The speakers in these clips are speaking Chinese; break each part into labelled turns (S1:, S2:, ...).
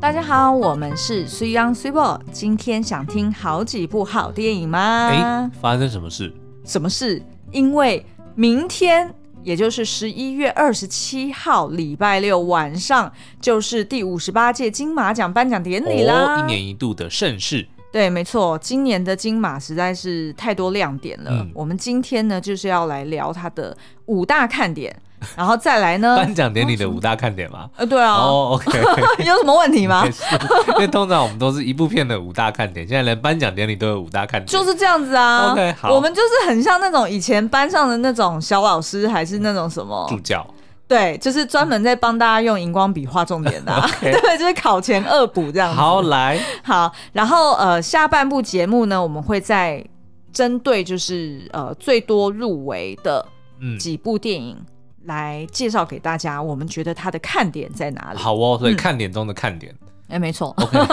S1: 大家好，我们是 s u y o n g s u p e 今天想听好几部好电影吗？
S2: 哎，发生什么事？
S1: 什么事？因为明天，也就是十一月二十七号，礼拜六晚上，就是第五十八届金马奖颁奖典礼啦。
S2: 哦，一年一度的盛事，
S1: 对，没错，今年的金马实在是太多亮点了。
S2: 嗯
S1: 我们今天呢，就是要来聊它的五大看点，然后再来呢，
S2: 颁奖典礼的五大看点嘛。
S1: 呃，对啊，
S2: 哦，OK，
S1: 有什么问题吗
S2: 没？事因为通常我们都是一部片的五大看点，现在连颁奖典礼都有五大看点，
S1: 就是这样子啊。
S2: OK，好
S1: 我们就是很像那种以前班上的那种小老师，还是那种什么
S2: 助教。
S1: 对，就是专门在帮大家用荧光笔画重点 的、啊对，就是考前恶补这样子。
S2: 好，来，
S1: 好，然后呃，下半部节目呢，我们会在针对就是呃最多入围的
S2: 嗯，
S1: 几部电影来介绍给大家，我们觉得它的看点在哪里？
S2: 好哦，所以看点中的看点，
S1: 哎，没错。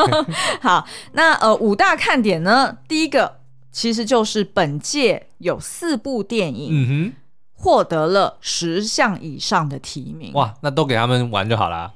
S1: 好，那呃五大看点呢，第一个其实就是本届有四部电影
S2: 嗯
S1: 获得了十项以上的提名
S2: 哼，。哇，那都给他们玩就 好啦。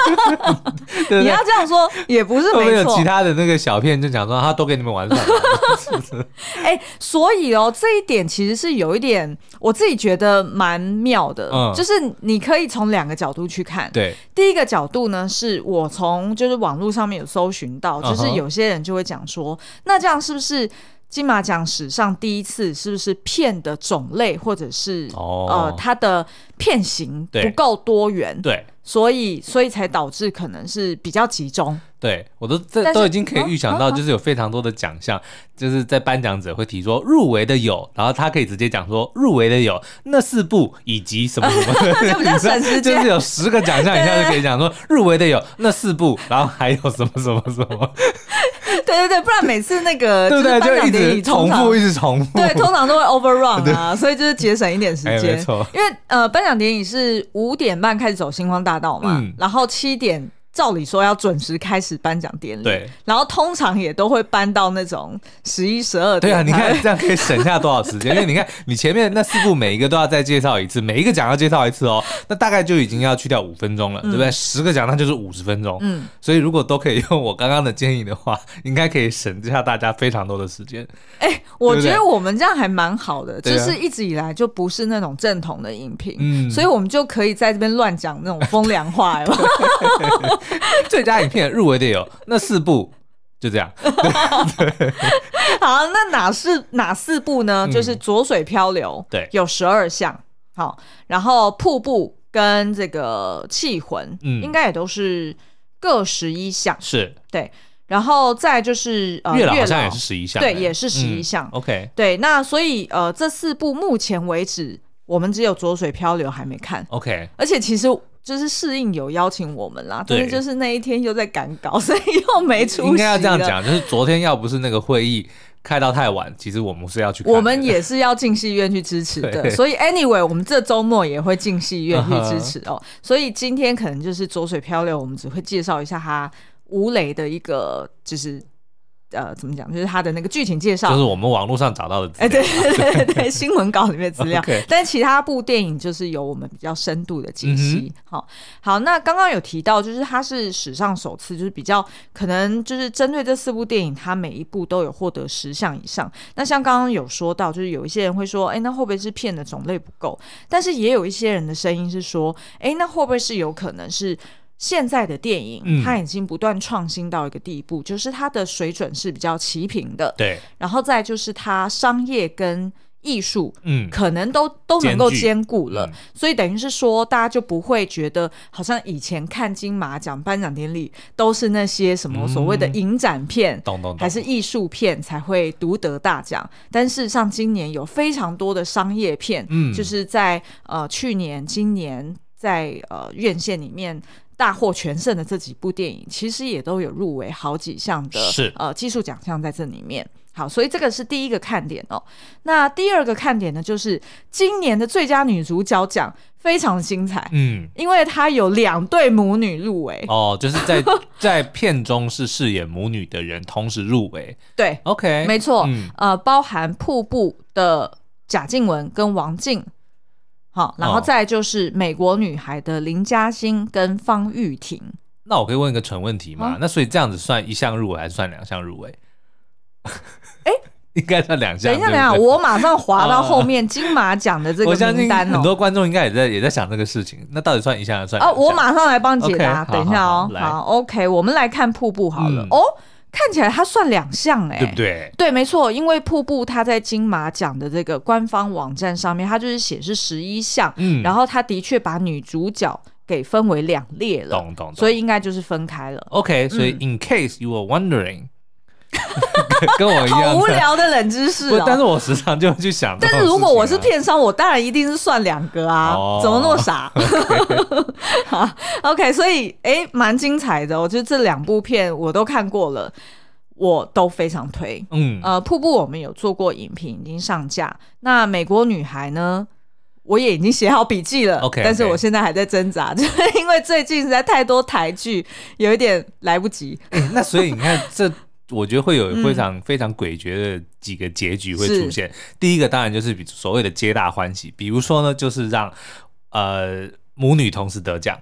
S2: 对不
S1: 你
S2: 对
S1: 要？这样说也 不是
S2: 会不会
S1: 没
S2: 有
S1: 错
S2: 其，他的那个小片就讲说，啊他都给你们玩上 了？
S1: 哎、所以哦，这一点其实是有一点我自己觉得蛮妙的，
S2: 嗯
S1: 就是你可以从两个角度去看。
S2: 对，
S1: 第一个角度呢，是我从就是网络上面有搜寻到，就
S2: 嗯
S1: 是
S2: 哼
S1: 有些人就会讲说，那这样是不是金马奖史上第一次，是不是片的种类或者是、
S2: 哦
S1: 呃它的片型
S2: 对
S1: 不够多元，
S2: 对，
S1: 所以所以才导致可能是比较集中。
S2: 对我都这
S1: 但是
S2: 都已经可以预想到，
S1: 啊啊
S2: 就是有非常多的奖项，就是在颁奖者会提说入围的有，然后他可以直接讲说入围的有那四部以及什么什 么
S1: 就比较省时间
S2: 就是有十个奖项以下就可以讲说入围的有那四部，然后还有什么什么什 么，
S1: 对对对，不然每次那个
S2: 对不对？
S1: 是颁
S2: 就一
S1: 奖典礼
S2: 直重
S1: 通常
S2: 复，一直重复，
S1: 对，通常都会 overrun 啊，所以就是节省一点时
S2: 哎，没
S1: 间。
S2: 错，
S1: 因为呃，颁奖典礼是五点半开始走星光大道嘛，
S2: 嗯
S1: 然后七点照理说要准时开始颁奖典礼，
S2: 对，
S1: 然后通常也都会颁到那种十一、十二点。
S2: 对啊，你 看，这样可以省下多少时间？因为你看你前面那四部每一个都要再介绍一次，每一个奖要介绍一次哦，那大概就已经要去掉五分钟了，对不对？十个奖那就是五十分钟，
S1: 嗯，
S2: 所以如果都可以用我刚刚的建议的话， 应该可以省下大家非常多的时间。
S1: 哎我
S2: 对不
S1: 觉
S2: 对
S1: 得我们这样还蛮好的，
S2: 对啊
S1: 就是一直以来就不是那种正统的影评，
S2: 嗯
S1: 所以我们就可以在这边乱讲那种风凉话，有没有
S2: 最佳影片入围 的有那四部，就这样。
S1: 好，那哪是哪四部呢？
S2: 嗯
S1: 就是浊水漂流，
S2: 对
S1: 有十二项。好，然后瀑布跟这个气魂，
S2: 嗯
S1: 应该也都是各十一项。
S2: 是
S1: 对，然后再就是呃，
S2: 月老好像也是十一项欸，
S1: 对也是11项
S2: 嗯 OK
S1: 对，那所以呃，这四部目前为止，我们只有浊水漂流还没看，
S2: OK，
S1: 而且其实。就是适应有邀请我们啦，但
S2: 对
S1: 是就是那一天又在赶稿，所以又没出席。
S2: 应该要这样，讲，就是昨天要不是那个会议开到太晚，其实我们是要去看的，
S1: 我们也是要进戏院去支持的，
S2: 对嗯
S1: 所以 anyway，我们这周末也会进戏院去支持哦。所以今天可能就是《浊水漂流》，我们只会介绍一下它吴磊的一个，就是呃，怎么讲，就是他的那个剧情介绍。
S2: 就是我们网络上找到的资
S1: 哎，
S2: 料。
S1: 对对对对，新闻稿里面资料
S2: OK
S1: 但其他部电影就是有我们比较深度的解
S2: 嗯
S1: 析。好、好，那刚刚有提到，就是它是史上首次，就是比较可能就是针对这四部电影，它每一部都有获得十项以上。那像刚刚有说到，就是有一些人会说，哎，那会不会是片的种类不够？但是也有一些人的声音是说，哎，那会不会是有可能是？现在的电影，
S2: 嗯
S1: 它已经不断创新到一个地步，就是它的水准是比较齐平的。
S2: 对，
S1: 然后再就是它商业跟艺术。
S2: 嗯，
S1: 可能都都能够
S2: 兼具
S1: 兼顾了，
S2: 嗯
S1: 所以等于是说，大家就不会觉得好像以前看金马奖颁奖典礼都是那些什么所谓
S2: 嗯
S1: 的影展片、
S2: 懂懂懂，
S1: 还是艺术片才会独得大奖，但事实上今年有非常多的商业片，
S2: 嗯
S1: 就是在呃去年、今年在呃院线里面。大获全胜的这几部电影，其实也都有入围好几项的
S2: 是
S1: 呃技术奖项在这里面。好，所以这个是第一个看点哦。那第二个看点呢，就是今年的最佳女主角奖非常精彩，
S2: 嗯。
S1: 因为它有两对母女入围。
S2: 哦，就是 在在片中是饰演母女的人同时入围
S1: 对，
S2: ，OK，
S1: 没错，
S2: 嗯
S1: 呃，包含瀑布的贾静雯跟王静，好，然后
S2: 哦
S1: 再就是美国女孩的林嘉欣跟方玉婷，
S2: 那我可以问一个蠢问题吗？
S1: 嗯
S2: 那所以这样子算一项入围还是算两项入围？ 哎，应该算两项。
S1: 等一下，
S2: 对
S1: 等一
S2: 不
S1: 下，
S2: 对
S1: 我马上滑到后面金马奖的这
S2: 我
S1: 个
S2: 相
S1: 名
S2: 信
S1: 单
S2: 很
S1: 哦。
S2: 多观众应该也在也在想这个事情，那到底算一项还是算
S1: 啊，
S2: 两项？
S1: 我马上来帮你解答。
S2: OK，
S1: 等一下
S2: 好好
S1: 哦
S2: 好，来
S1: 好，OK，我们来看瀑布好了
S2: 嗯。
S1: 哦，看起来它算两项哎，
S2: 对不？对？
S1: 对，没错，因为瀑布它在金马奖的这个官方网站上面，它就是显示十一项，
S2: 嗯，
S1: 然后它的确把女主角给分为两列了，
S2: 懂懂懂。
S1: 所以应嗯该就是分开 了。
S2: OK，所以 in case you are wondering，跟我一样
S1: 哦好无
S2: 的。
S1: 聊的冷知识
S2: 不
S1: 哦。
S2: 但是我时常就会去想这
S1: 但
S2: 种事情啊。
S1: 是如果我是片商，我当然一定是算两个啊，
S2: 哦
S1: 怎么那么 傻 好？OK，所以诶，蛮精彩的哦，我觉得这两部片我都看过了，我都非常推。
S2: 嗯，
S1: 呃，瀑布我们有做过影评，已经上架。那美国女孩呢？我也已经写好笔记了
S2: OK，OK
S1: 但是我现在还在挣扎， 就是因为最近实在太多台剧，有一点来不及。
S2: 欸 那所以你看，这我觉得会有非常非常诡谲的几个结局会出现。第一个当然就是比所谓的皆大欢喜，比如说呢，就是让呃母女同时得奖，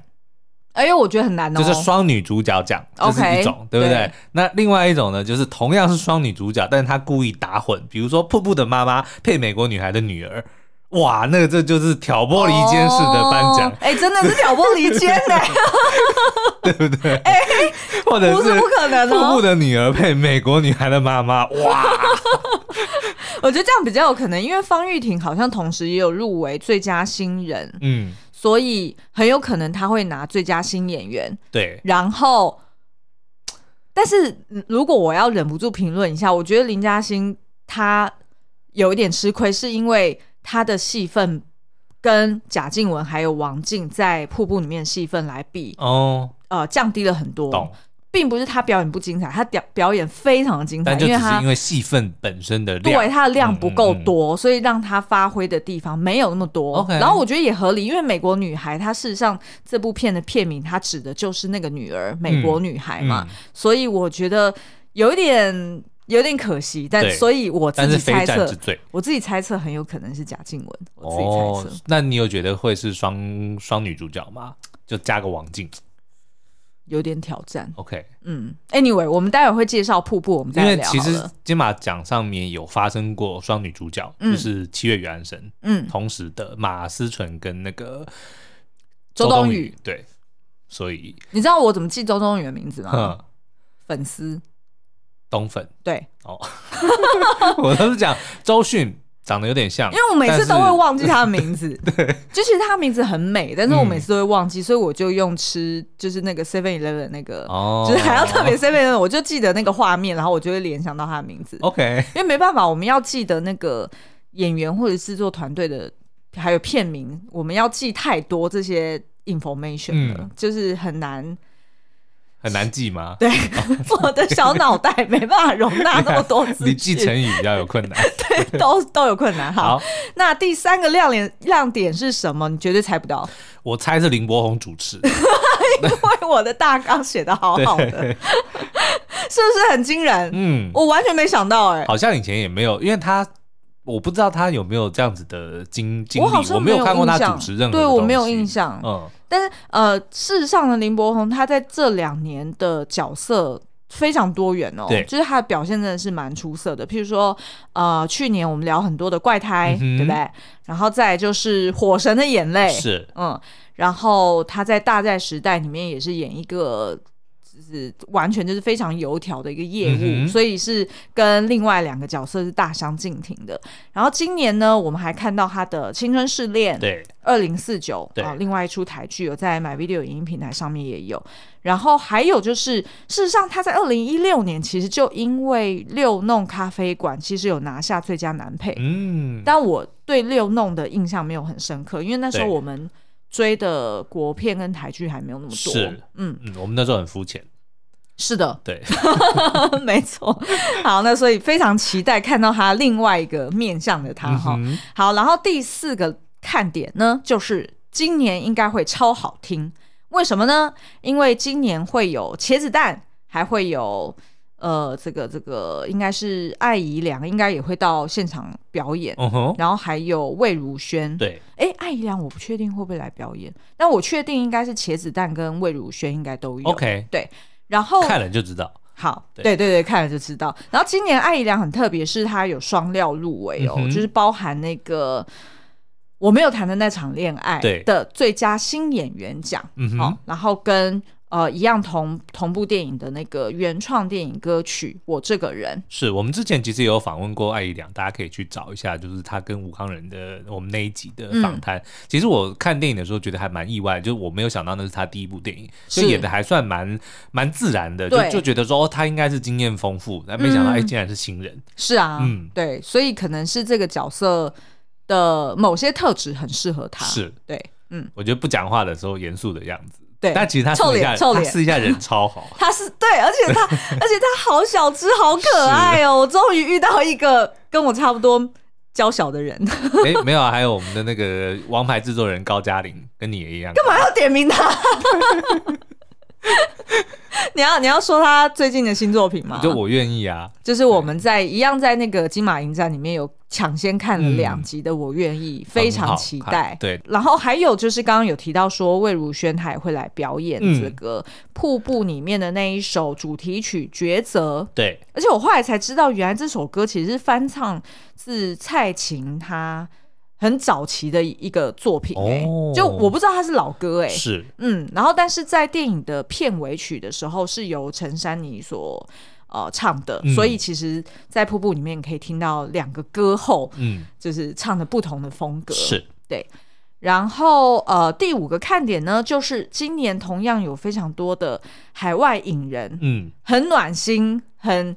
S1: 哎呦，我觉得很难哦。
S2: 就是双女主角奖，这是
S1: OK，
S2: 一种，对不对
S1: 对？
S2: 那另外一种呢，就是同样是双女主角，但是她故意打混，比如说瀑布的妈妈配美国女孩的女儿，哇，那个这就是挑拨离间式的颁奖
S1: 哦，哎、真的是挑拨离 间呢，
S2: 对不 对？或者
S1: 哎不是
S2: 是
S1: 不可能
S2: 瀑布
S1: 哦。
S2: 的女儿配美国女孩的妈妈，哇，
S1: 我觉得这样比较有可能，因为方玉婷好像同时也有入围最佳新人，
S2: 嗯，
S1: 所以很有可能她会拿最佳新演员。
S2: 对。
S1: 然后，但是嗯如果我要忍不住评论一下，我觉得林嘉欣她有一点吃亏，是因为她的戏份跟贾静雯还有王静在瀑布里面的戏份来比，
S2: 哦，
S1: 呃，降低了很多。
S2: 懂，
S1: 并不是她表演不精彩，她表表演非常的精彩，
S2: 但就只
S1: 为
S2: 是
S1: 她
S2: 因为戏份本身的量，
S1: 对她的量不够
S2: 嗯嗯嗯
S1: 多，所以让她发挥的地方没有那么多。
S2: OK
S1: 然后我觉得也合理，因为《美国女孩》她事实上这部片的片名，它指的就是那个女儿，美国女孩嘛，
S2: 嗯
S1: 所以我觉得有一点。有点可惜，但
S2: 对
S1: 所以我自
S2: 但
S1: 己
S2: 是非
S1: 猜
S2: 战之
S1: 测，
S2: 罪。
S1: 我自己猜测很有可能是贾静雯，我自己猜测、，
S2: 哦那你有觉得会是双双女主角吗？就加个王静
S1: 有点挑战。
S2: ，OK。
S1: 嗯，anyway，我们待会会介绍瀑布，我们
S2: 因
S1: 再
S2: 为
S1: 聊
S2: 其
S1: 好
S2: 实
S1: 了。
S2: 金马奖上面有发生过双女主角，
S1: 嗯
S2: 就是《七月与安生》
S1: 嗯，
S2: 同时的马思纯跟那个
S1: 周冬
S2: 冬
S1: 雨
S2: 雨，对，所以
S1: 你知道我怎么记周冬雨的名字吗？
S2: 嗯，
S1: 粉丝
S2: 冬粉
S1: 对，
S2: 哦，我都是讲周迅长得有点像，
S1: 因为我每
S2: 但
S1: 次
S2: 是
S1: 都会忘记她的名字。 对，就其实她的名字很美，但是我每次都会忘记，所以我就用吃就是那个 Seven Eleven 那个，
S2: 哦，
S1: 就是还要特别 Seven Eleven，我就记得那个画面，然后我就会联想到她的名字。
S2: OK，
S1: 因为没办法，我们要记得那个演员或者制作团队的，还有片名，我们要记太多这些 information 了，
S2: 嗯
S1: 就是很难。
S2: 很难记吗？
S1: 对，我的小脑袋没办法容纳那么多资
S2: 你记成
S1: 讯，
S2: 语比较有困难。
S1: 都都有困难。好，
S2: 好，
S1: 那第三个亮点亮点是什么？你绝对猜不到，
S2: 我猜是林柏宏主持。
S1: 因 为我的大纲写的好好的，是不 是很惊人？
S2: 嗯，
S1: 我完全没想到、哎，
S2: 好像以前也没有，因为他我不知道他有没有这样子的经经历，
S1: 好
S2: 我
S1: 像
S2: 没
S1: 有
S2: 看过他
S1: 印象
S2: 主持任何的
S1: 对我
S2: 东
S1: 没有
S2: 西
S1: 印。象。
S2: 嗯，
S1: 但是呃，事实上呢，林柏宏他在这两年的角色。非常多元哦
S2: 对，
S1: 就是他的表现真的是蛮出色的。譬如说，呃，去年我们聊很多的怪胎，
S2: 嗯哼
S1: 对不对？然后再来就是《火神的眼泪》，
S2: 是
S1: 嗯，然后他在《大债时代》里面也是演一个，就是完全就是非常油条的一个业务，
S2: 嗯哼
S1: 所以是跟另外两个角色是大相径庭的。然后今年呢，我们还看到他的《青春试炼》
S2: 对，
S1: 二零四九
S2: 对
S1: 啊，另外一出台剧有在 My Video 影音平台上面也有。然后还有就是，事实上他在二零一六年其实就因为《六弄咖啡馆》其实有拿下最佳男配，
S2: 嗯，
S1: 但我对六弄的印象没有很深刻，因为那时候
S2: 对
S1: 我们追的国片跟台剧还没有那么多。
S2: 是
S1: 嗯，
S2: 嗯，我们那时候很肤浅，
S1: 是的，
S2: 对，
S1: 没错。好，那所以非常期待看到他另外一个面向的他哈。
S2: 嗯哼
S1: 好，然后第四个看点呢，就是今年应该会超好听。为什么呢？因为今年会有茄子蛋，还会有呃，这个这个应该是艾怡良，应该也会到现场表演。
S2: 嗯哼，
S1: 然后还有魏如萱，，
S2: 对，
S1: 哎，艾怡良我不确定会不会来表演，但我确定应该是茄子蛋跟魏如萱应该都有。哦
S2: OK，
S1: 然后
S2: 看了就知道。
S1: 好，
S2: 对
S1: 对对对，看了就知道。然后今年艾怡良很特别，是她有双料入围哦，
S2: 嗯哼
S1: 就是包含那个我没有谈的那场恋爱
S2: 对
S1: 的最佳新演员奖，
S2: 嗯
S1: 好、
S2: 哼，
S1: 然后跟呃一样同同部电影的那个原创电影歌曲《我这个人
S2: 是我们之前其实也有访问过艾怡良，大家可以去找一下，就是他跟吴康仁的我们那一集的访
S1: 嗯
S2: 谈。其实我看电影的时候觉得还蛮意外，就是我没有想到那是他第一部电影，就是演的还算蛮蛮自然的，就
S1: 对
S2: 就觉得说、哦、他应该是经验丰富，但没想到
S1: 嗯
S2: 哎、竟然是新人。》。
S1: 是啊，
S2: 嗯
S1: 对，所以可能是这个角色的某些特质很适合他。
S2: 是
S1: 对，嗯，
S2: 我觉得不讲话的时候严肃的样子，
S1: 对。
S2: 但其实他私
S1: 臭
S2: 底
S1: 脸
S2: 下
S1: 臭
S2: 他
S1: 脸
S2: 私底下人 超好。
S1: 他是对，而且他，而且他好小只，好可爱哦！我终于遇到一个跟我差不多娇小的人，干
S2: 哎、没有啊，还有我们的那个王牌制作人高嘉玲，跟你也一样。干
S1: 嘛要点名他？ 你要你要说他最近的新作品吗？
S2: 就我愿意啊，
S1: 就是我们在一样在那个金马影展里面有抢先看了两集的《我愿意》，非
S2: 很
S1: 常
S2: 嗯好
S1: 期
S2: 看
S1: 待。
S2: 对，
S1: 然后还有就是刚刚有提到说魏如萱她也会来表演
S2: 嗯
S1: 这个《瀑布》里面的那一首主题曲《抉择》，
S2: 对，
S1: 而且我后来才知道，原来这首歌其实是翻唱自蔡琴她很早期的一个作品、欸，
S2: 哦
S1: 就我不知道它是老歌、欸，
S2: 是
S1: 嗯，然后但是在电影的片尾曲的时候是由陈珊妮所呃唱的，
S2: 嗯
S1: 所以其实，在瀑布里面你可以听到两个歌后
S2: 嗯，
S1: 就是唱的不同的风格，
S2: 是
S1: 然后呃，第五个看点呢，就是今年同样有非常多的海外影人，
S2: 嗯，
S1: 很暖心，很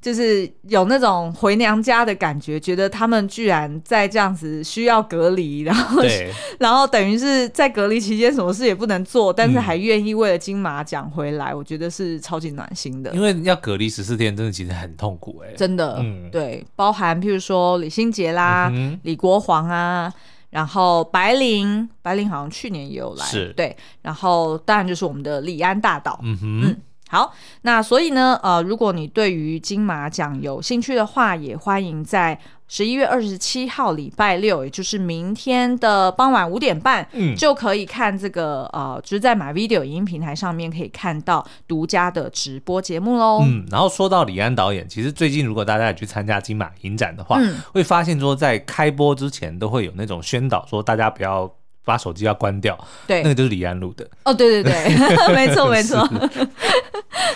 S1: 就是有那种回娘家的感觉，觉得他们居然在这样子需要隔离，然后
S2: 对，
S1: 然后等于是在隔离期间什么事也不能做，但是
S2: 嗯
S1: 还愿意为了金马奖回来，我觉得是超级暖心的
S2: 因，为要隔离十四天，真的其实很痛苦哎、
S1: 真的，
S2: 嗯
S1: 对，包含譬如说李心洁啦、
S2: 嗯哼
S1: 李国煌啊。然后白灵，白灵好像去年也有来，
S2: 是
S1: 对。然后当然就是我们的李安大导，
S2: 嗯哼，
S1: 好，那所以呢，呃，如果你对于金马奖有兴趣的话，也欢迎在十一月二十七号礼拜六，也就是明天的傍晚五点半。
S2: 嗯，
S1: 就可以看这个呃，就是在马 video 影音平台上面可以看到独家的直播节目喽。
S2: 嗯，然后说到李安导演，其实最近如果大家也去参加金马影展的话，
S1: 嗯
S2: 会发现说在开播之前都会有那种宣导说大家不要把手机要关掉，
S1: 对
S2: 那，个就是李安录的，
S1: 哦，对对 对，没错没错。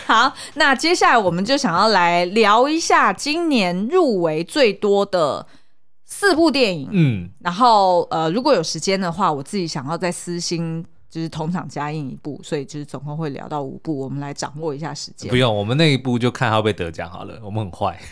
S1: 好，那接下来我们就想要来聊一下今年入围最多的四部电影。
S2: 嗯，
S1: 然后呃，如果有时间的话，我自己想要再私心就是同场加映一部，所以就是总共会聊到五部，我们来掌握一下时间
S2: 不。用，我们那一部就看他会不会得奖好了，我们很坏，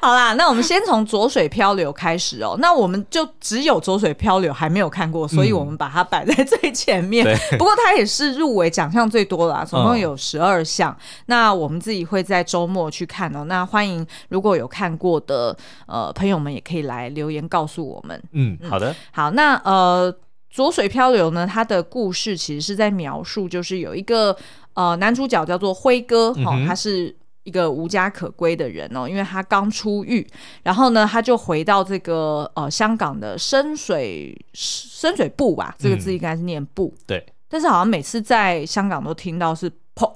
S1: 好啦，那我们先从《浊水漂流》开始哦。那我们就只有《浊水漂流》还没有看过，所以我们把它摆在最前面。
S2: 对 嗯
S1: 不过它也是入围奖项最多啦，总共有十二项。那我们自己会在周末去看哦。那欢迎如果有看过的呃朋友们，也可以来留言告诉我们。
S2: 嗯，好的，
S1: 好，那呃，《浊水漂流》呢，它的故事其实是在描述，就是有一个呃男主角叫做辉哥，哈、
S2: 嗯哼
S1: 他是。一个无家可归的人哦，因为他刚出狱，然后呢，他就回到这个呃香港的深水深水埗吧，这个
S2: 嗯
S1: 字应该是念埗、
S2: 对，
S1: 但是好像每次在香港都听到是砰，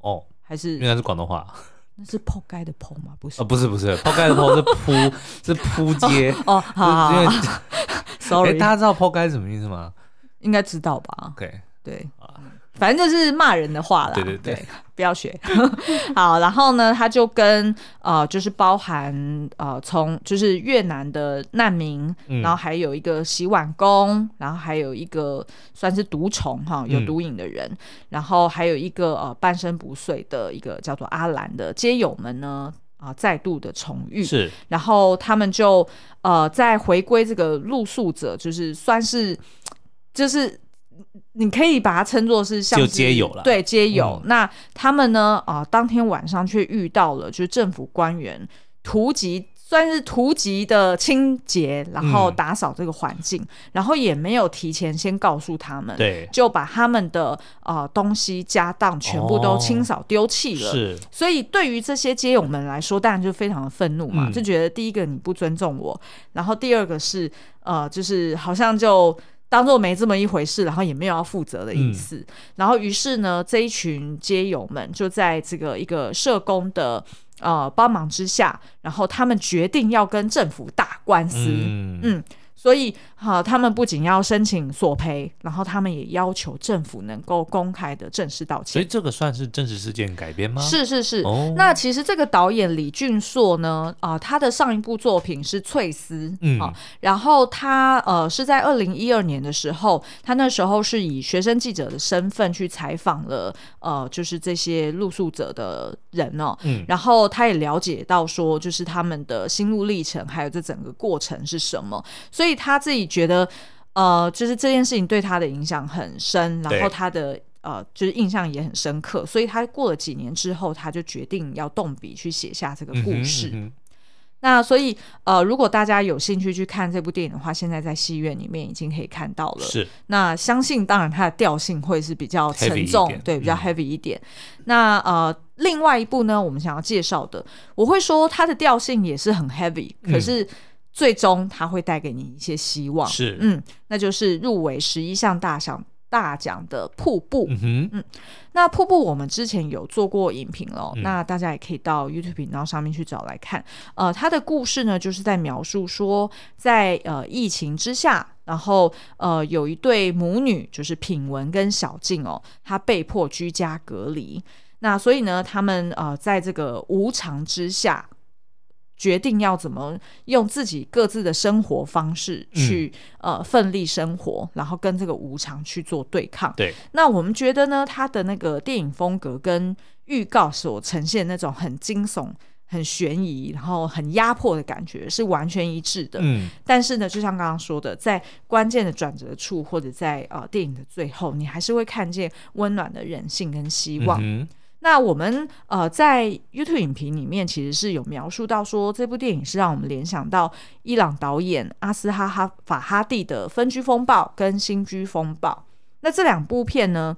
S2: 哦，
S1: 还是
S2: 因为他是广东话，
S1: 那是破街的砰吗？不是
S2: 啊，不是不是，抛开的抛是铺是铺街，
S1: 哦， 好好
S2: 因
S1: 好
S2: 为
S1: 好
S2: 哎，
S1: ，sorry，
S2: 大家知道抛开是什么意思吗
S1: 应该知道吧？
S2: ？OK，
S1: 对
S2: 啊，
S1: 反正就是骂人的话啦。
S2: 对对对
S1: 不要学。 好，然后呢，他就跟呃，就是包含呃，从就是越南的难民，
S2: 嗯
S1: 然后还有一个洗碗工，然后还有一个算是毒虫哈，有
S2: 嗯
S1: 毒瘾的人，然后还有一个呃半身不遂的一个叫做阿兰的街友们呢。啊，再度的重遇，
S2: 是
S1: 然后他们就呃，在回归这个露宿者，就是算是就是你可以把它称作是像
S2: 就是街友啦
S1: 对街友。
S2: 嗯
S1: 那他们呢啊、当天晚上却遇到了就是政府官员突击算是图集的清洁，然
S2: 嗯
S1: 后打扫这个环境，然后也没有提前先告诉他们，
S2: 对，
S1: 就把他们的呃东西家当全部
S2: 哦
S1: 都清扫丢弃了。
S2: 是
S1: 所以对于这些街友们来说，当然就非常的愤怒嘛，
S2: 嗯
S1: 就觉得第一个你不尊重我，然后第二个是呃，就是好像就当做没这么一回事，然后也没有要负责的意
S2: 嗯
S1: 思。然后于是呢，这一群街友们就在这个一个社工的呃帮忙之下，然后他们决定要跟政府打官司。
S2: 嗯
S1: 嗯所以，好、他们不仅要申请索赔，然后他们也要求政府能够公开的正式道
S2: 所以
S1: 歉。
S2: 这个算是真实事件改编吗？
S1: 是是是，
S2: 哦，
S1: 那其实这个导演李俊硕呢，啊、他的上一部作品是《翠丝》，
S2: 嗯
S1: 啊，然后他呃是在二零一二年的时候，他那时候是以学生记者的身份去采访了呃，就是这些露宿者的人哦，
S2: 嗯
S1: 然后他也了解到说，就是他们的心路历程，还有这整个过程是什么，所以他自己觉得。呃，就是这件事情对他的影响很深，然
S2: 对
S1: 后他的呃，就是印象也很深刻，所以他过了几年之后，他就决定要动笔去写下这个
S2: 嗯哼
S1: 故事。
S2: 嗯
S1: 那所以呃，如果大家有兴趣去看这部电影的话，现在在戏院里面已经可以看到
S2: 哼
S1: 了。
S2: 是
S1: 那相信当然它的调性会是比较
S2: Heavy
S1: 沉
S2: 一
S1: 重
S2: 点，
S1: 对，比较
S2: 嗯
S1: heavy 一点。那呃，另外一部呢，我们想要介绍的，我会说它的调性也是很 heavy，
S2: 嗯
S1: 可是最终它会带给你一些希望。
S2: 是
S1: 嗯，那就是入围十一项大奖大奖的《瀑布》
S2: 嗯哼
S1: 那瀑布我们之前有做过影评了哦，
S2: 嗯
S1: 那大家也可以到 YouTube 频道上面去找来看。呃，它的故事呢，就是在描述说，在呃疫情之下，然后呃有一对母女，就是品文跟小静哦，她被迫居家隔离。那所以呢，他们呃在这个无常之下。决定要怎么用自己各自的生活方式去、呃奋力生活，然后跟这个无常去做对抗。
S2: 对
S1: 那我们觉得呢，它的那个电影风格跟预告所呈现那种很惊悚、很悬疑，然后很压迫的感觉是完全一致的。
S2: 嗯
S1: 但是呢，就像刚刚说的，在关键的转折处，或者在呃电影的最后，你还是会看见温暖的人性跟希望。
S2: 嗯哼
S1: 那我们呃在 YouTube 影评里面其实是有描述到说，这部电影是让我们联想到伊朗导演阿斯哈哈法哈蒂的《分居风暴》跟《新居风暴》。那这两部片呢，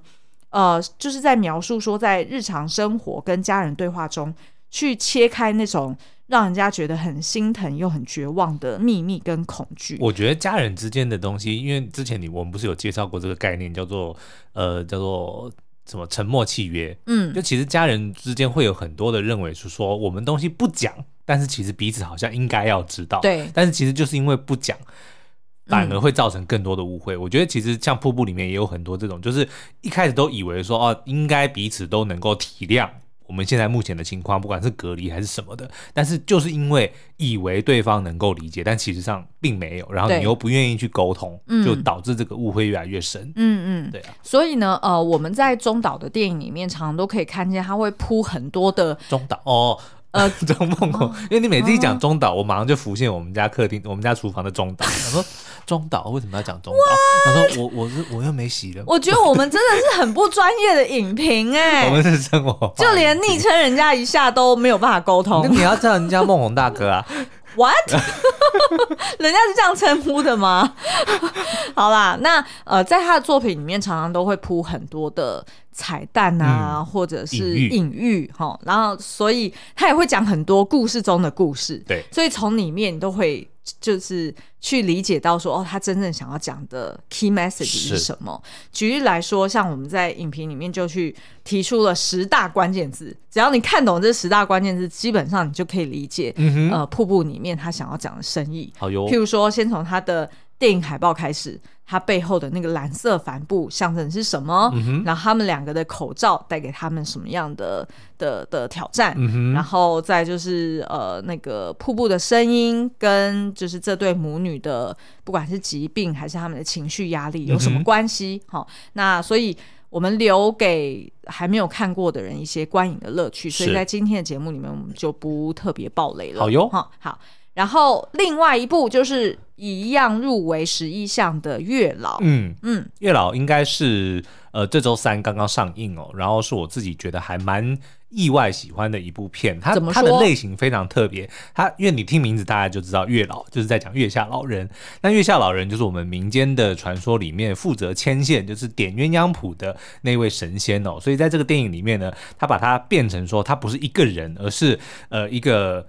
S1: 呃，就是在描述说，在日常生活跟家人对话中，去切开那种让人家觉得很心疼又很绝望的秘密跟恐惧。
S2: 我觉得家人之间的东西，因为之前你我们不是有介绍过这个概念，叫做呃叫做什么沉默契约，
S1: 嗯
S2: 就，其实家人之间会有很多的认为是说我们东西不讲，但是其实彼此好像应该要知道。
S1: 对
S2: 但是其实就是因为不讲，
S1: 嗯
S2: 反而会造成更多的误会。我觉得其实像瀑布里面也有很多这种，就是一开始都以为说哦，应该彼此都能够体谅。我们现在目前的情况，不管是隔离还是什么的，但是就是因为以为对方能够理解，但其实上并没有，然后
S1: 对
S2: 你又不愿意去沟通，
S1: 嗯
S2: 就导致这个误会越来越深。
S1: 嗯嗯。
S2: 对啊，
S1: 所以呢，呃，我们在中岛的电影里面，常常都可以看见他会铺很多的
S2: 中岛哦，呃， 中梦空，因为你每次一讲中岛，我马上就浮现我们家客厅、我们家厨房的中岛。想说中岛为什么要讲中岛？他说我我是我又没洗了，
S1: 我觉得我们真的是很不专业的影评哎、
S2: 我 们是生活化
S1: 就连昵称人家一下都没有办法沟
S2: 那
S1: 通
S2: 你要叫人家梦红大哥 啊，
S1: ，what？人家是这样称呼的吗？ 好啦，那呃，在他的作品里面，常常都会铺很多的彩蛋啊，或者是
S2: 隐
S1: 隐喻哈，然后所以他也会讲很多故事中的故事，
S2: 对
S1: 所以从里面你都会就是去理解到说，哦，他真正想要讲的 key message
S2: 是
S1: 是什么。举例来说，像我们在影评里面就去提出了十大关键字，只要你看懂这十大关键字，基本上你就可以理解，
S2: 嗯哼，
S1: 呃，瀑布里面他想要讲的深意。
S2: 好哟
S1: 譬，如说，先从他的电影海报开始，他背后的那个蓝色帆布象征是什么？
S2: 嗯
S1: 然后他们两个的口罩带给他们什么样的的的挑战？
S2: 嗯
S1: 然
S2: 哼，
S1: 后再就是呃那个瀑布的声音，跟就是这对母女的不管是疾病还是他们的情绪压力有什
S2: 嗯
S1: 么
S2: 哼
S1: 关系？好、那所以我们留给还没有看过的人一些观影的乐趣，所以
S2: 是
S1: 在今天的节目里面我们就不特别爆雷了。
S2: 好哟
S1: 哈、好。然后另外一部就是一样入围十一项的《月老》，
S2: 嗯，
S1: 嗯
S2: 月老应该是呃这周三刚刚上映哦，然后是我自己觉得还蛮意外喜欢的一部片，它
S1: 怎么
S2: 它的
S1: 说
S2: 类型非常特别。它因为你听名字大家就知道月老就是在讲月下老人，那月下老人就是我们民间的传说里面负责牵线，就是点鸳鸯谱的那位神仙哦。所以在这个电影里面呢，他把它变成说他不是一个人，而是呃一个。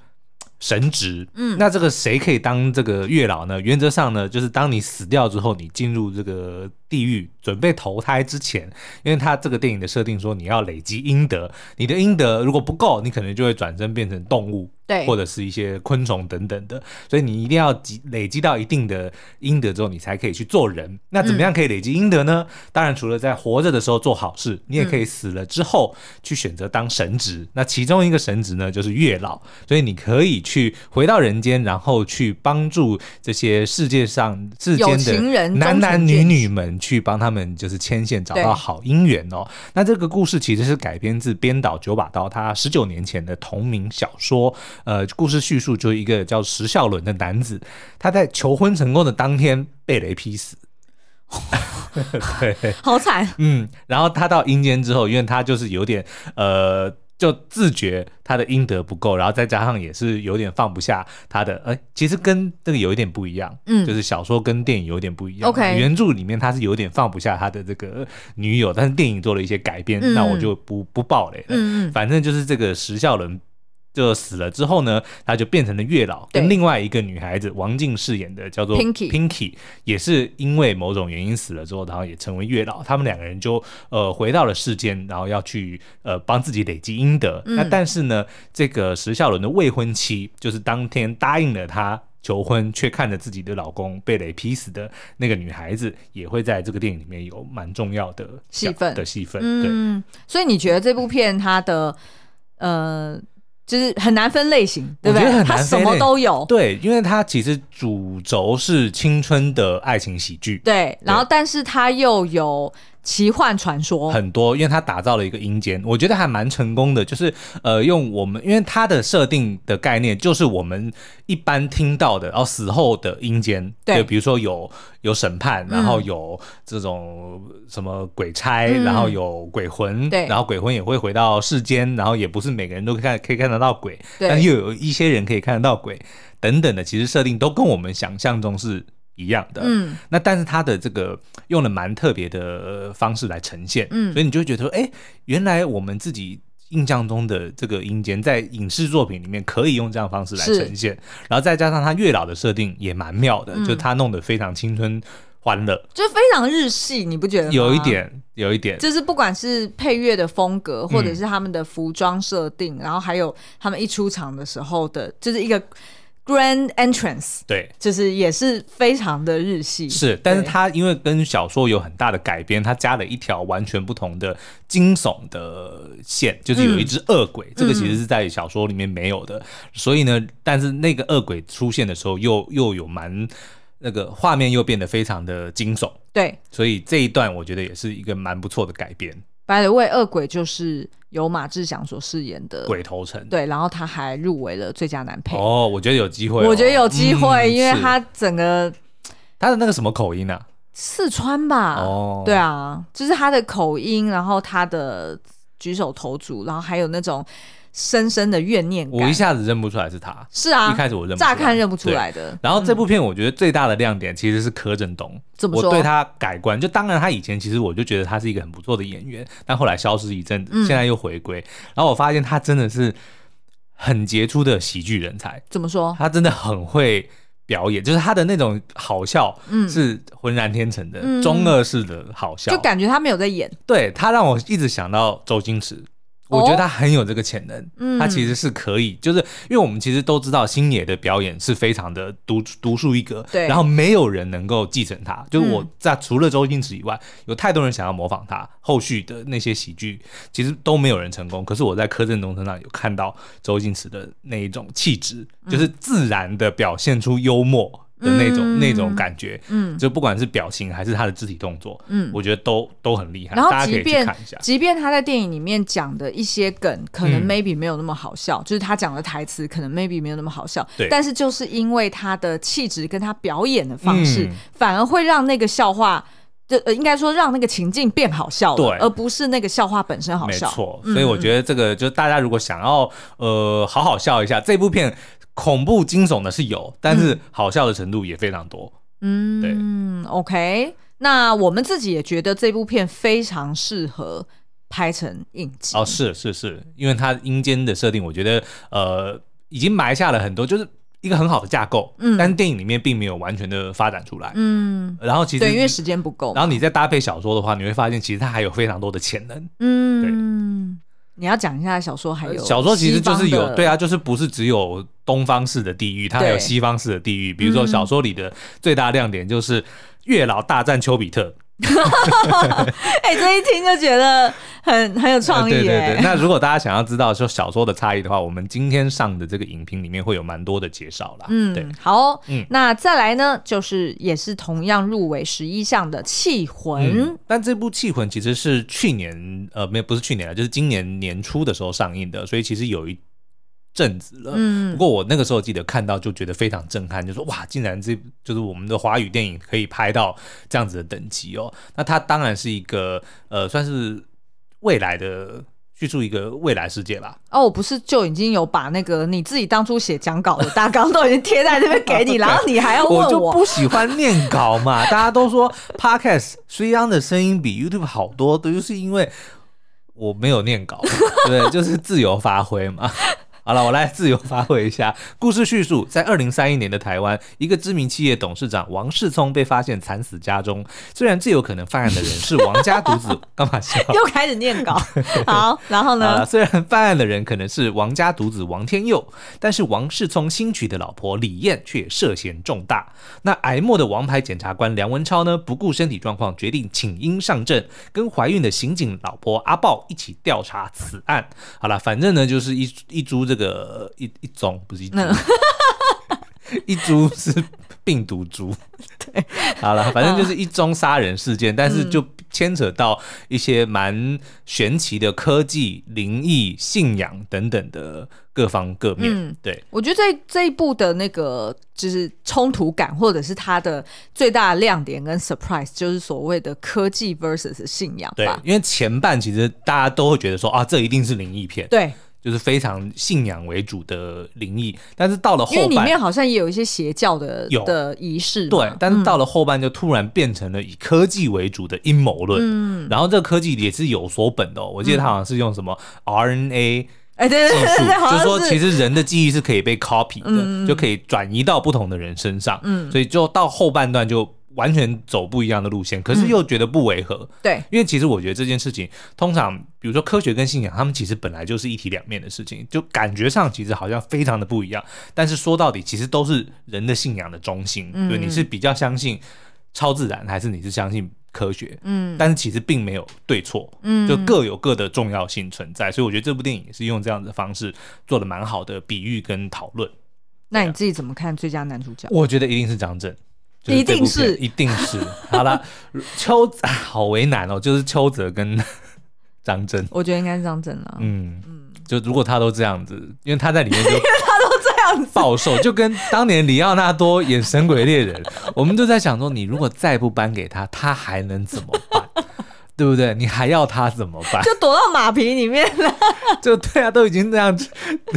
S2: 神职，嗯，那这个谁可以当这个月老呢？原则上呢，就是当你死掉之后，你进入这个地狱准备投胎之前，因为他这个电影的设定说你要累积阴德，你的阴德如果不够，你可能就会转身变成动物，
S1: 对
S2: 或者是一些昆虫等等的，所以你一定要积累积到一定的阴德之后，你才可以去做人。那怎么样可以累积阴德呢？当然，除了在活着的时候做好事，你也可以死了之后去选择当神职。那其中一个神职呢，就是月老，所以你可以去回到人间，然后去帮助这些世界上世间
S1: 有情
S2: 的
S1: 人
S2: 男
S1: 终
S2: 男
S1: 成
S2: 女
S1: 眷
S2: 女们去帮他们就是牵线找
S1: 对
S2: 到好姻缘哦。那这个故事其实是改编自编导九把刀他十九年前的同名小说，呃，故事叙述就是一个叫石孝伦的男子，他在求婚成功的当天被雷劈死。对，
S1: 好惨，
S2: 嗯，然后他到阴间之后，因为他就是有点呃，就自觉他的阴德不够，然后再加上也是有点放不下他的，哎，其实跟这个有一点不一样，
S1: 嗯
S2: 就是小说跟电影有点不一样。
S1: OK
S2: 原著里面他是有点放不下他的这个女友，但是电影做了一些改编，
S1: 嗯
S2: 那我就不不爆雷了。
S1: 嗯嗯，
S2: 反正就是这个石孝伦就死了之后呢，他就变成了月老，
S1: 对
S2: 跟另外一个女孩子王静饰演的叫做
S1: Pinky
S2: Pinky，也是因为某种原因死了之后，然后也成为月老，他们两个人就呃回到了世间，然后要去呃帮自己累积阴德。
S1: 嗯
S2: 那但是呢，这个石孝伦的未婚妻就是当天答应了他。求婚却看着自己的老公被雷劈死的那个女孩子，也会在这个电影里面有蛮重要的
S1: 戏份
S2: 的戏份。对，
S1: 嗯，所以你觉得这部片它的呃，就是很难分类型，对不
S2: 我觉得
S1: 对？
S2: 很
S1: 它
S2: 难
S1: 什
S2: 分类
S1: 么都有，
S2: 对，因为它其实主轴是青春的爱情喜剧，
S1: 对，然后但是它又有奇幻传说，
S2: 很多，因为它打造了一个阴间，我觉得还蛮成功的。就是呃，用我们因为它的设定的概念，就是我们一般听到的，然后死后的阴间，
S1: 对
S2: 就比如说有有审判，然后有这种什么鬼差，
S1: 嗯
S2: 然后有鬼魂，
S1: 对
S2: 然后鬼魂也会回到世间，然后也不是每个人都看可以看得到鬼，
S1: 对
S2: 但又有一些人可以看得到鬼等等的，其实设定都跟我们想象中是一样的，
S1: 嗯，
S2: 那但是它的这个用了蛮特别的呃方式来呈现，
S1: 嗯
S2: 所以你就会觉得说，哎、原来我们自己印象中的这个阴间，在影视作品里面可以用这样的方式来
S1: 是
S2: 呈现，然后再加上它月老的设定也蛮妙的，
S1: 嗯
S2: 就它弄得非常青春欢乐，
S1: 就非常日系，你不觉得吗？
S2: 有一。点，有一点，
S1: 就是不管是配乐的风格，或者是他们的服装设
S2: 嗯
S1: 定，然后还有他们一出场的时候的，就是一个 grand entrance，
S2: 对。
S1: 就是也是非常的日系。
S2: 是，但是
S1: 对
S2: 它因为跟小说有很大的改编，它加了一条完全不同的惊悚的线，就是有一只恶
S1: 嗯
S2: 鬼，这个其实是在小说里面没有的。所以呢，但是那个恶鬼出现的时候又，又有蛮那个画面又变得非常的惊悚，
S1: 对
S2: 所以这一段我觉得也是一个蛮不错的改编，
S1: ，By the way，恶鬼就是由马志祥所饰演的
S2: 《鬼头城》
S1: 呃对，然后他还入围了最佳男配。
S2: 哦，我觉得有机会哦、
S1: 我觉得有机会，
S2: 嗯
S1: 因为
S2: 是
S1: 他整个
S2: 他的那个什么口音啊，
S1: 四川吧，
S2: 哦
S1: 对啊，就是他的口音，然后他的举手投足，然后还有那种深深的怨念
S2: 我一
S1: 感。
S2: 下子认不出来是他。
S1: 是啊，
S2: 一开始我认不出来
S1: 乍看认不出来的。
S2: 然后这部片我觉得最大的亮点其实是柯震东，
S1: 怎么
S2: 我
S1: 说
S2: 对他改观。就当然他以前其实我就觉得他是一个很不错的演员，但后来消失一阵
S1: 嗯
S2: 子，现在又回归。然后我发现他真的是很杰出的喜剧人才，
S1: 怎么说？
S2: 他真的很会表演，就是他的那种好笑是浑然天成的、
S1: 嗯
S2: 中二式的好笑，
S1: 就感觉他没有在演，
S2: 对他让我一直想到周星驰，
S1: 哦
S2: 我觉得他很有这个潜能，
S1: 嗯
S2: 他其实是可以，就是因为我们其实都知道星爷的表演是非常的独独树一格，
S1: 对
S2: 然后没有人能够继承他，就是我
S1: 嗯
S2: 在、除了周星驰以外，有太多人想要模仿他，后续的那些喜剧其实都没有人成功，可是我在柯震东身上有看到周星驰的那一种气质，
S1: 嗯
S2: 就是自然的表现出幽默的那种、
S1: 嗯
S2: 那种感觉，
S1: 嗯
S2: 就不管是表情还是他的肢体动作，
S1: 嗯
S2: 我觉得都都很厉害。
S1: 然后
S2: 大家可
S1: 即
S2: 以去
S1: 便
S2: 看一下。
S1: 即便他在电影里面讲的一些梗，可能
S2: 嗯
S1: maybe 没有那么好笑，就是他讲的台词可能 maybe 没有那么好笑，
S2: 对
S1: 但是就是因为他的气质跟他表演的方式，
S2: 嗯
S1: 反而会让那个笑话就呃应该说让那个情境变好笑
S2: 对
S1: 了，而不是那个笑话本身好
S2: 没
S1: 笑。嗯
S2: 错，所以我觉得这个就是大家如果想要呃好好笑一下，这部片恐怖惊悚的是有，但是好笑的程度也非常多。
S1: 嗯，OK，那我们自己也觉得这部片非常适合拍成影集。
S2: 哦，是是是，因为它阴间的设定，我觉得呃已经埋下了很多，就是一个很好的架构，
S1: 嗯
S2: 但是电影里面并没有完全的发展出来。
S1: 嗯，
S2: 然后其实
S1: 对，因为时间不够嘛。
S2: 然后你再搭配小说的话，你会发现其实它还有非常多的潜能。
S1: 嗯，你要讲一下小说还有
S2: 呃小说其实就是
S1: 西方
S2: 有
S1: 的
S2: 对，啊，就是不是只有东方式的地狱，它还有
S1: 对嗯
S2: 西方式的地狱。比如说小说里的最大亮点就是月老大战丘比特，
S1: 哎、这一听就觉得很很有创意、
S2: 呃
S1: 哎。
S2: 对对对。那如果大家想要知道说小说的差异的话，我们今天上的这个影评里面会有蛮多的介绍啦。对
S1: 嗯，好哦、
S2: 嗯
S1: 那再来呢，就是也是同样入围十一项的《气魂》
S2: 嗯，但这部《气魂》其实是去年呃，没有不是去年了，就是今年年初的时候上映的，所以其实有一阵子了。
S1: 嗯
S2: 不过我那个时候记得看到就觉得非常震撼，就说哇，竟然这就是我们的华语电影可以拍到这样子的等级哦。那它当然是一个呃，算是未来的叙述一个未来世界吧。
S1: 哦，我不是就已经有把那个你自己当初写讲稿的大纲都已经贴在这边给 你，然后你还要问
S2: 就
S1: 我，
S2: 不喜欢念稿嘛，大家都 说 podcast 虽然的声音比 YouTube 好多，就是因为我没有念稿，对，就是自由发挥嘛。好了，我来自由发挥一下。故事叙述：在二零三一年的台湾，一个知名企业董事长王世聪被发现惨死家中。虽然最有可能犯案的人是王家独子， 干嘛笑？
S1: 又开始念 稿。好，然后
S2: 啊，
S1: 呢？
S2: 虽然犯案的人可能是王家独子王天佑，但是王世聪新娶的老婆李艳却涉嫌重大。那癌末的王牌检察官梁文超呢，不顾身体状况，决定请缨上阵，跟怀孕的刑警老婆阿豹一起调查此案。好了，反正呢，就是一一株这个一一种不是一株， 一株是病毒株。好了，反正就是一宗杀人事件，但是
S1: 嗯
S2: 就牵扯到一些蛮玄奇的科技、灵异、信仰等等的各方各面。
S1: 嗯
S2: 对，
S1: 我觉得这这一部的那个就是冲突感，或者是它的最大的亮点跟 surprise，就是所谓的科技 versus 信仰
S2: 对
S1: 吧，。
S2: 因为前半其实大家都会觉得说啊，这一定是灵异片，
S1: 对，
S2: 就是非常信仰为主的灵异，但是到了
S1: 因为
S2: 后
S1: 里
S2: 半
S1: 面好像也有一嗯些邪教的
S2: 有
S1: 的仪式嘛，
S2: 对，但是到了后半就突然变成了以科技为主的阴谋论，嗯，然后这个科技也是有所本的、哦，我记得他好像是用什么
S1: 嗯
S2: RNA
S1: 哎、对
S2: 技
S1: 对对
S2: 术，
S1: 对，好
S2: 就
S1: 像
S2: 哦是
S1: 是
S2: 说其实人的记忆是可以被 copy 的，就可以转移到不同的人身上，嗯，所以就到后半段就完全走不一样的路线，可是又觉得不违和，
S1: 对，
S2: 因为其实我觉得这件事情，通常比如说科学跟信仰，他们其实本来就是一体两面的事情，就感觉上其实好像非常的不一样，但是说到底，其实都是人的信仰的中心。
S1: 嗯
S2: 对，你是比较相信超自然，还是你是相信科学？
S1: 嗯
S2: 但是其实并没有对错，
S1: 嗯
S2: 就各有各的重要性存在。所以我觉得这部电影也是用这样的方式做的蛮好的比喻跟讨论。
S1: 那你
S2: 啊
S1: 自己怎么看最佳男主角？
S2: 我觉得一定是张震。就
S1: 一定
S2: 这部片
S1: 是
S2: 一定是。 好了，邱泽好为难哦，就是邱泽跟 张震。
S1: 我觉得应该是张震了。
S2: 嗯，就如果他都这样子，因为他在里 面就
S1: 这样子，
S2: 暴瘦，就跟当年里奥纳多演《神鬼猎人》，我们就在想说，你如果再不颁给他，他还能怎么办？对不对？你还要他怎么办？
S1: 就躲到马皮里面
S2: 嗯
S1: 了。
S2: 就对啊，都已经这样子。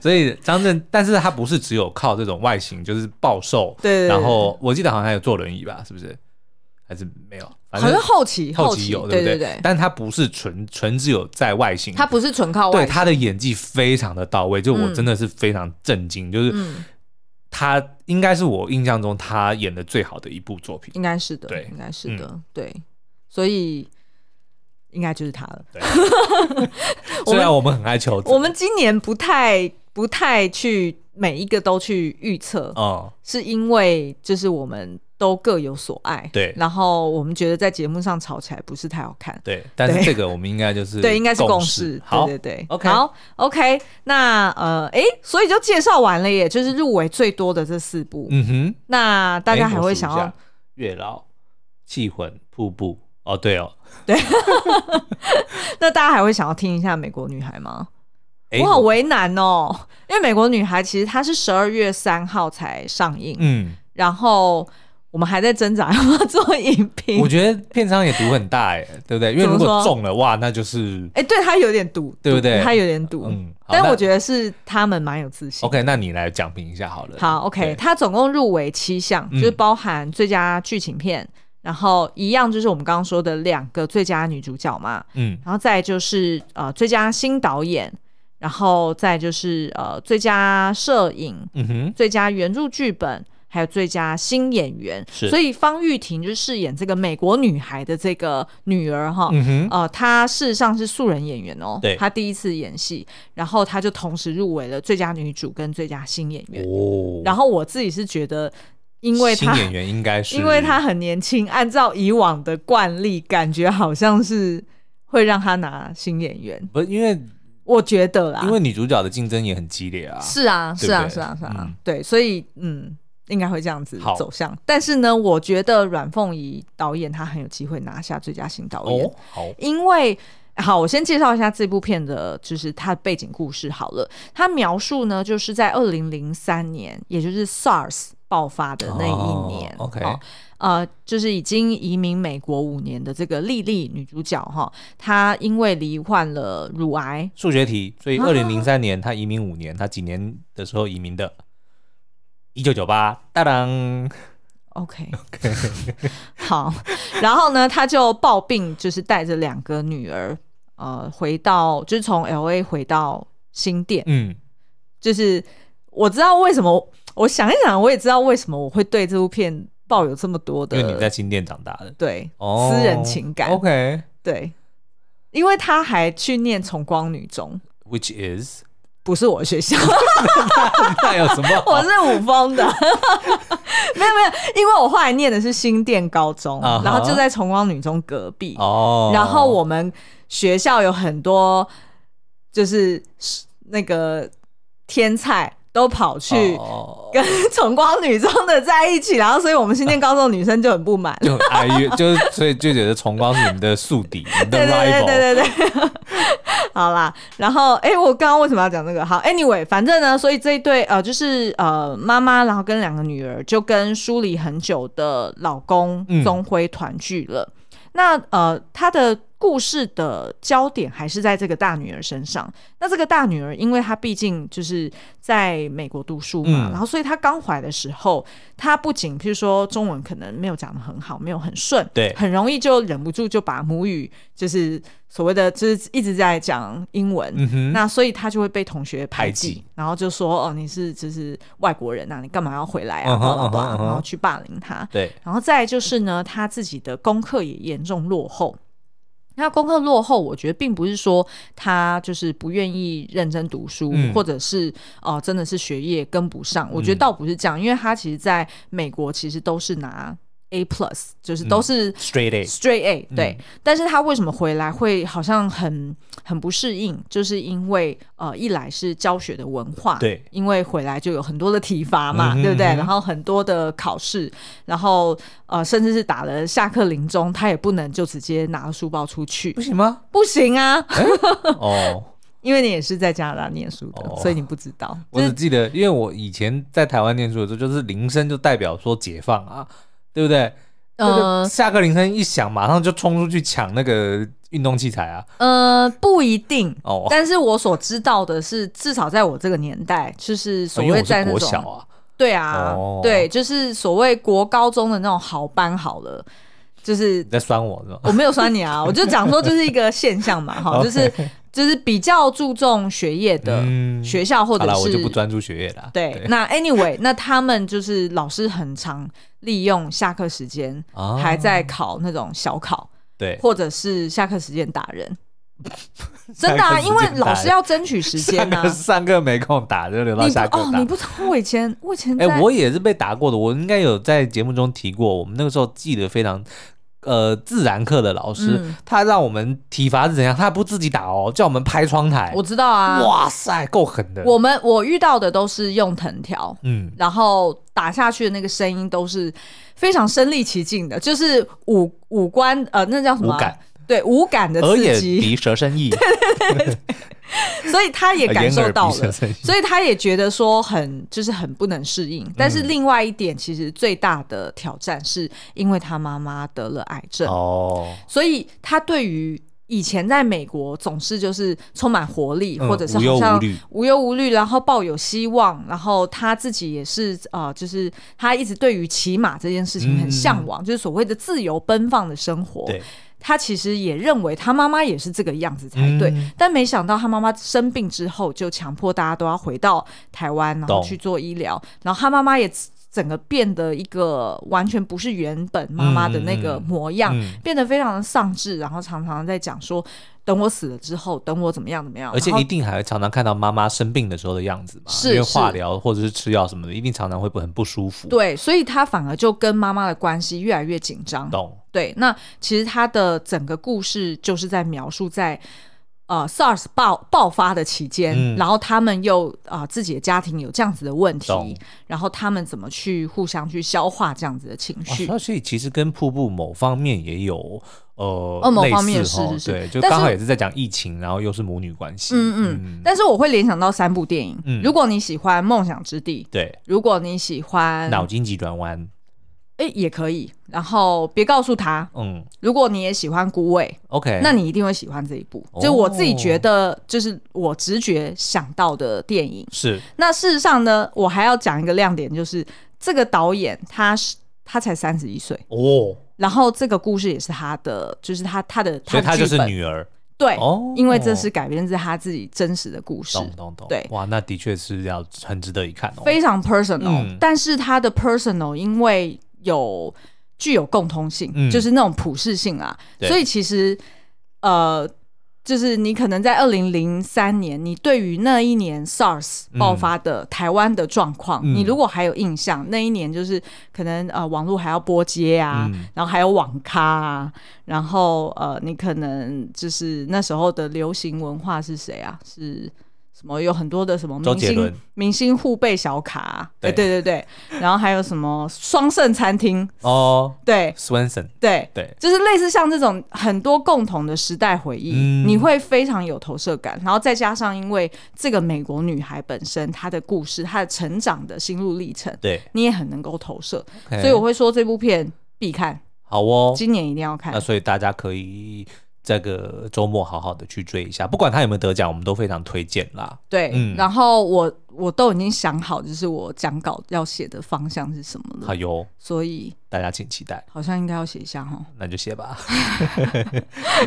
S2: 所以张震，但是他不是只有靠这种外形，就是暴瘦。
S1: 对对对
S2: 然后我记得好像还有坐轮椅吧，是不是？还是没有？反
S1: 好
S2: 正
S1: 像后期
S2: 后
S1: 期
S2: 期有，
S1: 对
S2: 不对？
S1: 对，
S2: 但他不是纯纯只有在外形，
S1: 他不是纯靠
S2: 对
S1: 外，
S2: 他的演技非常的到位，就我
S1: 嗯
S2: 真的是非常震惊，就是
S1: 嗯，
S2: 他应该是我印象中他演的最好的一部作品。
S1: 应该是的，
S2: 对嗯
S1: 应该是的，对，所以应该就是他了。我
S2: 虽
S1: 们
S2: 然我们很爱求子，
S1: 我们今年不太不太去每一个都去预测，
S2: 嗯，
S1: 是因为就是我们都各有所爱，
S2: 对
S1: 然后我们觉得在节目上吵起来不是太好看，
S2: 对，但是
S1: 对
S2: 这个我们应该就是
S1: 对，应该是
S2: 共
S1: 共识。
S2: 好，
S1: 对对对
S2: OK
S1: 好，OK 那。呃，诶，所以就介绍完了耶，就是入围最多的这四部。
S2: 嗯哼，
S1: 那大家
S2: 哎
S1: 还
S2: 我
S1: 会
S2: 数一
S1: 想要
S2: 下月老、气魂、瀑布。哦，对哦，
S1: 那大家还会想要听一下《美国女孩》吗？
S2: 哎
S1: 我好为难哦，因为《美国女孩》其实它是十二月三号才上映，
S2: 嗯，
S1: 然后我们还在挣扎要不要做影评
S2: 我。觉得片商也赌很大哎、对不对？因为
S1: 怎么
S2: 如果
S1: 说
S2: 中了哇，那就是
S1: 哎、对他有点赌，
S2: 对不对
S1: 他有点赌，
S2: 嗯，好
S1: 但
S2: 那
S1: 我觉得是他们蛮有自信。
S2: OK，那你来讲评一下好了。
S1: 好
S2: 对
S1: ，OK，它总共入围七项，
S2: 嗯
S1: 就是包含最佳剧情片，然后一样就是我们刚刚说的两个最佳女主角嘛，
S2: 嗯
S1: 然后再就是呃最佳新导演，然后再就是呃最佳摄影、
S2: 嗯哼，
S1: 最佳原著剧本，还有最佳新演员。
S2: 是
S1: 所以方玉婷就是饰演这个美国女孩的这个女儿哈。
S2: 嗯哼，
S1: 呃，她事实上是素人演员哦
S2: 对，
S1: 她第一次演戏，然后她就同时入围了最佳女主跟最佳新演员。
S2: 哦，
S1: 然后我自己是觉得，因为
S2: 新
S1: 她
S2: 演员应该是
S1: 因为她很年轻，按照以往的惯例，感觉好像是会让她拿新演员，
S2: 不是因为
S1: 我觉得啦，
S2: 因为女主角的竞争也很激烈啊。
S1: 啊是啊，
S2: 对
S1: 是啊，
S2: 不对
S1: 是啊，是啊
S2: 嗯，
S1: 对，所以嗯。应该会这样子
S2: 好
S1: 走向，但是呢，我觉得阮凤仪导演她很有机会拿下最佳新导演，
S2: 哦，好，
S1: 因为好，我先介绍一下这部片的，就是它的背景故事好了。它描述呢，就是在二零零三年，也就是 SARS 爆发的那
S2: 哦
S1: 一年、
S2: OK
S1: 哦呃，就是已经移民美国五年的这个莉莉女主角哈、她因为罹患了乳癌，
S2: 数学题，所以
S1: 啊
S2: 二零零三年他移民五年，他几年的时候移民的？一九九八，当当，
S1: OK，, 好，然后呢，他就抱病，就是带着两个女儿，呃，回到就是从 L A 回到新店。
S2: 嗯，
S1: 就是我知道为什么，我想一想，我也知道为什么我会对这部片抱有这么多
S2: 因为你在
S1: 的
S2: 新店长大的，
S1: 对、
S2: 哦，
S1: 私人情感。
S2: OK，which
S1: 对，因为他还去念崇光女中，
S2: is
S1: 不是我的学校。
S2: 哦那有什么好？
S1: 我是五峰 的，没有没有，因为我后来念的是新店高中
S2: 啊哈
S1: 然后就在崇光女中隔壁。
S2: 哦，
S1: 然后我们学校有很多就是那个天才都跑去
S2: 哦
S1: 跟 崇光女中的在一起，然后所以我们新店高中的女生就很不满。
S2: 就很哀怨， 就是所以就觉得崇光是你们的宿 敌，你们的
S1: 对对
S2: rival，
S1: 对对对对，好啦，然后哎、诶我刚刚为什么要讲这个？好，anyway，反正呢，所以这一对呃，就是呃妈妈，然后跟两个女儿，就跟疏离很久的老公
S2: 嗯
S1: 宗辉团聚了。那呃，她的故事的焦点还是在这个大女儿身上。那这个大女儿，因为她毕竟就是在美国读书嘛，
S2: 嗯
S1: 然后所以她刚怀的时候，她不仅譬如说中文可能没有讲的很好，没有很顺，
S2: 对
S1: 很容易就忍不住就把母语就是所谓的就是一直在讲英文。
S2: 嗯哼，
S1: 那所以她就会被同学排
S2: 排
S1: 挤，
S2: 挤
S1: 然后就说哦你是就是外国人呐、你干嘛要回来啊？
S2: 嗯哼
S1: 巴拉巴
S2: 嗯哼嗯
S1: 拉，
S2: 哼
S1: 然后去霸凌她。
S2: 对，
S1: 然后再来就是呢，他自己的功课也严重落后。那功课落后，我觉得并不是说他就是不愿意认真读书，
S2: 嗯
S1: 或者是哦、呃真的是学业跟不上。我觉得
S2: 嗯
S1: 倒不是这样，因为他其实在美国其实都是拿 A plus，就是
S2: 嗯
S1: 都是
S2: straight A，
S1: straight A、
S2: 嗯
S1: 对。但是他为什么回来会好像很很不适应？就是因为呃，一来是教学的文化，
S2: 对
S1: 因为回来就有很多的体罚嘛，
S2: 嗯哼
S1: 对不对？
S2: 嗯哼
S1: 然后很多的考试，然后呃，甚至是打了下课铃钟，他也不能就直接拿了书包出去
S2: 不，行吗？
S1: 不行啊，
S2: 哦，
S1: 因为你也是在加拿大念书的，
S2: 哦
S1: 所以你不知道，
S2: 我
S1: 就
S2: 只
S1: 是
S2: 记得，因为我以前在台湾念书的时候，就是铃声就代表说解放啊，对不对？那个
S1: 呃
S2: 下课铃声一响，马上就冲出去抢那个运动器材啊！
S1: 呃，不一定。
S2: 哦，
S1: 但是我所知道的是，至少在我这个年代，就是所
S2: 哦因为
S1: 谓
S2: 我
S1: 在
S2: 是
S1: 那
S2: 国
S1: 种
S2: 小啊，
S1: 对啊，
S2: 哦
S1: 对，就是所谓国高中的那种好班好了，就是
S2: 你在酸我是吧？
S1: 我没有酸你啊，我就讲说就是一个现象嘛， 哈，就是就是比较注重学业的
S2: 嗯
S1: 学校或者
S2: 好啦，我
S1: 是
S2: 就不专注学业啦。
S1: 对，那 anyway，那他们就是老师很常利用下课时间
S2: 啊
S1: 还在考那种小考，
S2: 对，
S1: 或者是下课时间打 人。真的啊，
S2: 下课时间
S1: 因为
S2: 打人
S1: 老师要争取时间呐、
S2: 上课上课没空打，就留到
S1: 你不
S2: 下课
S1: 哦，
S2: 打
S1: 你。不知道我以前我以前在、
S2: 哎、我也是被打过的，我应该有在节目中提过，我们那个时候记得非常。呃，自然课的老师，
S1: 嗯
S2: 他让我们体罚是怎样？他不自己打哦，叫我们拍窗台。
S1: 我知道啊，
S2: 哇塞，够狠的。
S1: 我们我遇到的都是用藤条，
S2: 嗯，
S1: 然后打下去的那个声音都是非常身临其境的，就是五五官呃，那叫什么啊、
S2: 无感
S1: 对五感的
S2: 耳
S1: 刺
S2: 眼
S1: 激。
S2: 鼻舌身意。
S1: 所以他也感受到
S2: 啊呃眼耳
S1: 了
S2: 鼻舌 身意，
S1: 所以他也觉得说很就是很不能适
S2: 嗯
S1: 应。但是另外一点，其实最大的挑战是因为他妈妈得了癌症，
S2: 哦，
S1: 所以他对于以前在美国总是就是充满活力，
S2: 嗯
S1: 或者是
S2: 无忧
S1: 好
S2: 无
S1: 像
S2: 虑
S1: 无忧无虑，然后抱有希望，然后他自己也是呃，就是他一直对于骑马这件事情很向往，就是所谓的自由奔放的生活。
S2: 嗯对，
S1: 他其实也认为他妈妈也是这个样子才对，
S2: 嗯
S1: 但没想到他妈妈生病之后，就强迫大家都要回到台湾，然后
S2: 懂
S1: 去做医疗，然后他妈妈也整个变得一个完全不是原本妈妈的那个
S2: 嗯嗯嗯
S1: 模样，
S2: 嗯
S1: 变得非常的丧志，然后常常在讲说，等我死了之后，等我怎么样怎么样，
S2: 而且
S1: 然后
S2: 一定还常常看到妈妈生病的时候的样子嘛，
S1: 是
S2: 因为
S1: 是
S2: 化疗或者是吃药什么的，一定常常会不很不舒服。，
S1: 对，所以他反而就跟妈妈的关系越来越紧张。
S2: 懂。
S1: 对，那其实他的整个故事就是在描述在呃 SARS 爆爆发的期间，
S2: 嗯
S1: 然后他们又啊、呃自己的家庭有这样子的问
S2: 懂
S1: 题，然后他们怎么去互相去消化这样子的情
S2: 哦
S1: 绪。
S2: 那所以其实跟瀑布某方面也有呃
S1: 哦某
S2: 类
S1: 方面
S2: 似
S1: 是
S2: 哦
S1: 是是
S2: 对，就
S1: 但
S2: 刚好
S1: 是
S2: 也是在讲疫情，然后又是母女关系，
S1: 嗯嗯，但是我会联想到三部电影。
S2: 嗯
S1: 如果你喜欢《梦想之地》，
S2: 对，
S1: 如果你喜欢，
S2: 脑筋急转弯，
S1: 哎、也可以。然后别告诉他，
S2: 嗯
S1: 如果你也喜欢古伟，
S2: ，OK，
S1: 那你一定会喜欢这一部。就我自己觉得，就是我直觉想到的电影。
S2: 是
S1: 那事实上呢，我还要讲一个亮点，就是这个导演他是他才三十一岁，
S2: 哦，
S1: 然后这个故事也是他的，就是他他的他
S2: 所以她
S1: 的剧
S2: 就是
S1: 本
S2: 女儿，
S1: 对，
S2: 哦
S1: 因为这是改编自他自己真实的故事。
S2: 懂懂懂，
S1: 对
S2: 哇，那的确是要很值得一看哦，
S1: 非常 personal，、
S2: 嗯
S1: 但是他的 personal 因为有具有共通性，
S2: 嗯
S1: 就是那种普适性啊，
S2: 对
S1: 所以其实呃，就是你可能在二零零三年，你对于那一年 SARS
S2: 嗯
S1: 爆发的台湾的状况，
S2: 嗯
S1: 你如果还有印象，那一年就是可能呃网络还要拨接啊，
S2: 嗯
S1: 然后还有网咖啊，然后呃你可能就是那时候的流行文化是谁啊？是。什么有很多的什么
S2: 周
S1: 明
S2: 杰伦
S1: 星明星互备小卡，
S2: 对
S1: 哎对对对，然后还有什么双盛餐厅，
S2: 哦
S1: 对
S2: ，Swanson，
S1: 对，
S2: 对，
S1: 就是类似像这种很多共同的时代回忆，
S2: 嗯
S1: 你会非常有投射感，然后再加上因为这个美国女孩本身她的故事、她的成长的心路历程，
S2: 对
S1: 你也很能够投射，
S2: ，OK，
S1: 所以我会说这部片必看，
S2: 好哦，
S1: 今年一定要看
S2: 那。所以大家可以这个周末好好的去追一下，不管他有没有得奖，我们都非常推荐啦。
S1: 对，
S2: 嗯
S1: 然后我我都已经想好，就是我讲稿要写的方向是什么
S2: 好
S1: 了，
S2: 哟，
S1: 所以
S2: 大家请期待。
S1: 好像应该要写一下哈。
S2: 那就写吧，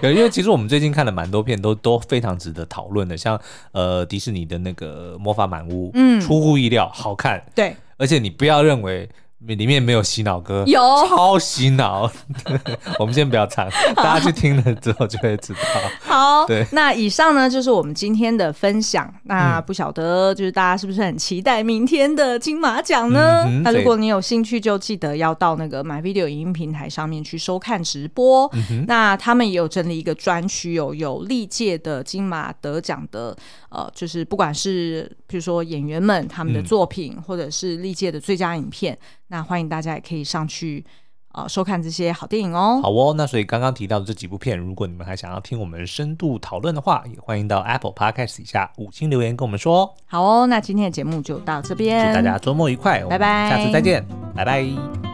S2: 有因为其实我们最近看了蛮多片，都都非常值得讨论的，像呃迪士尼的那个《魔法满屋》，
S1: 嗯
S2: 出乎意料好看，
S1: 对，
S2: 而且你不要认为里面没有洗脑歌，
S1: 有
S2: 超洗脑， 我们先不 要唱，大家去听了之后就会知道。
S1: 好
S2: 对，嗯
S1: 那以上呢就是我们今天的分享。那不晓得就是大家是不是很期待明天的金马奖呢？
S2: 嗯哼
S1: 那
S2: 对
S1: 如果你有兴趣，就记得要到那个 My Video 影音平台上面去收看直播。
S2: 嗯
S1: 那他们也有整理一个专区哦，有历届的金马得奖的呃，就是不管是比如说演员们他们的
S2: 嗯
S1: 作品，或者是历届的最佳影片，那欢迎大家也可以上去呃收看这些好电影哦。
S2: 好哦，那所以刚刚提到的这几部片，如果你们还想要听我们深度讨论的话，也欢迎到 Apple Podcast 底下五星留言跟我们说哦。
S1: 好哦，那今天的节目就到这
S2: 祝
S1: 边，
S2: 大家周末愉快，我们
S1: 拜拜
S2: 下次再见，拜拜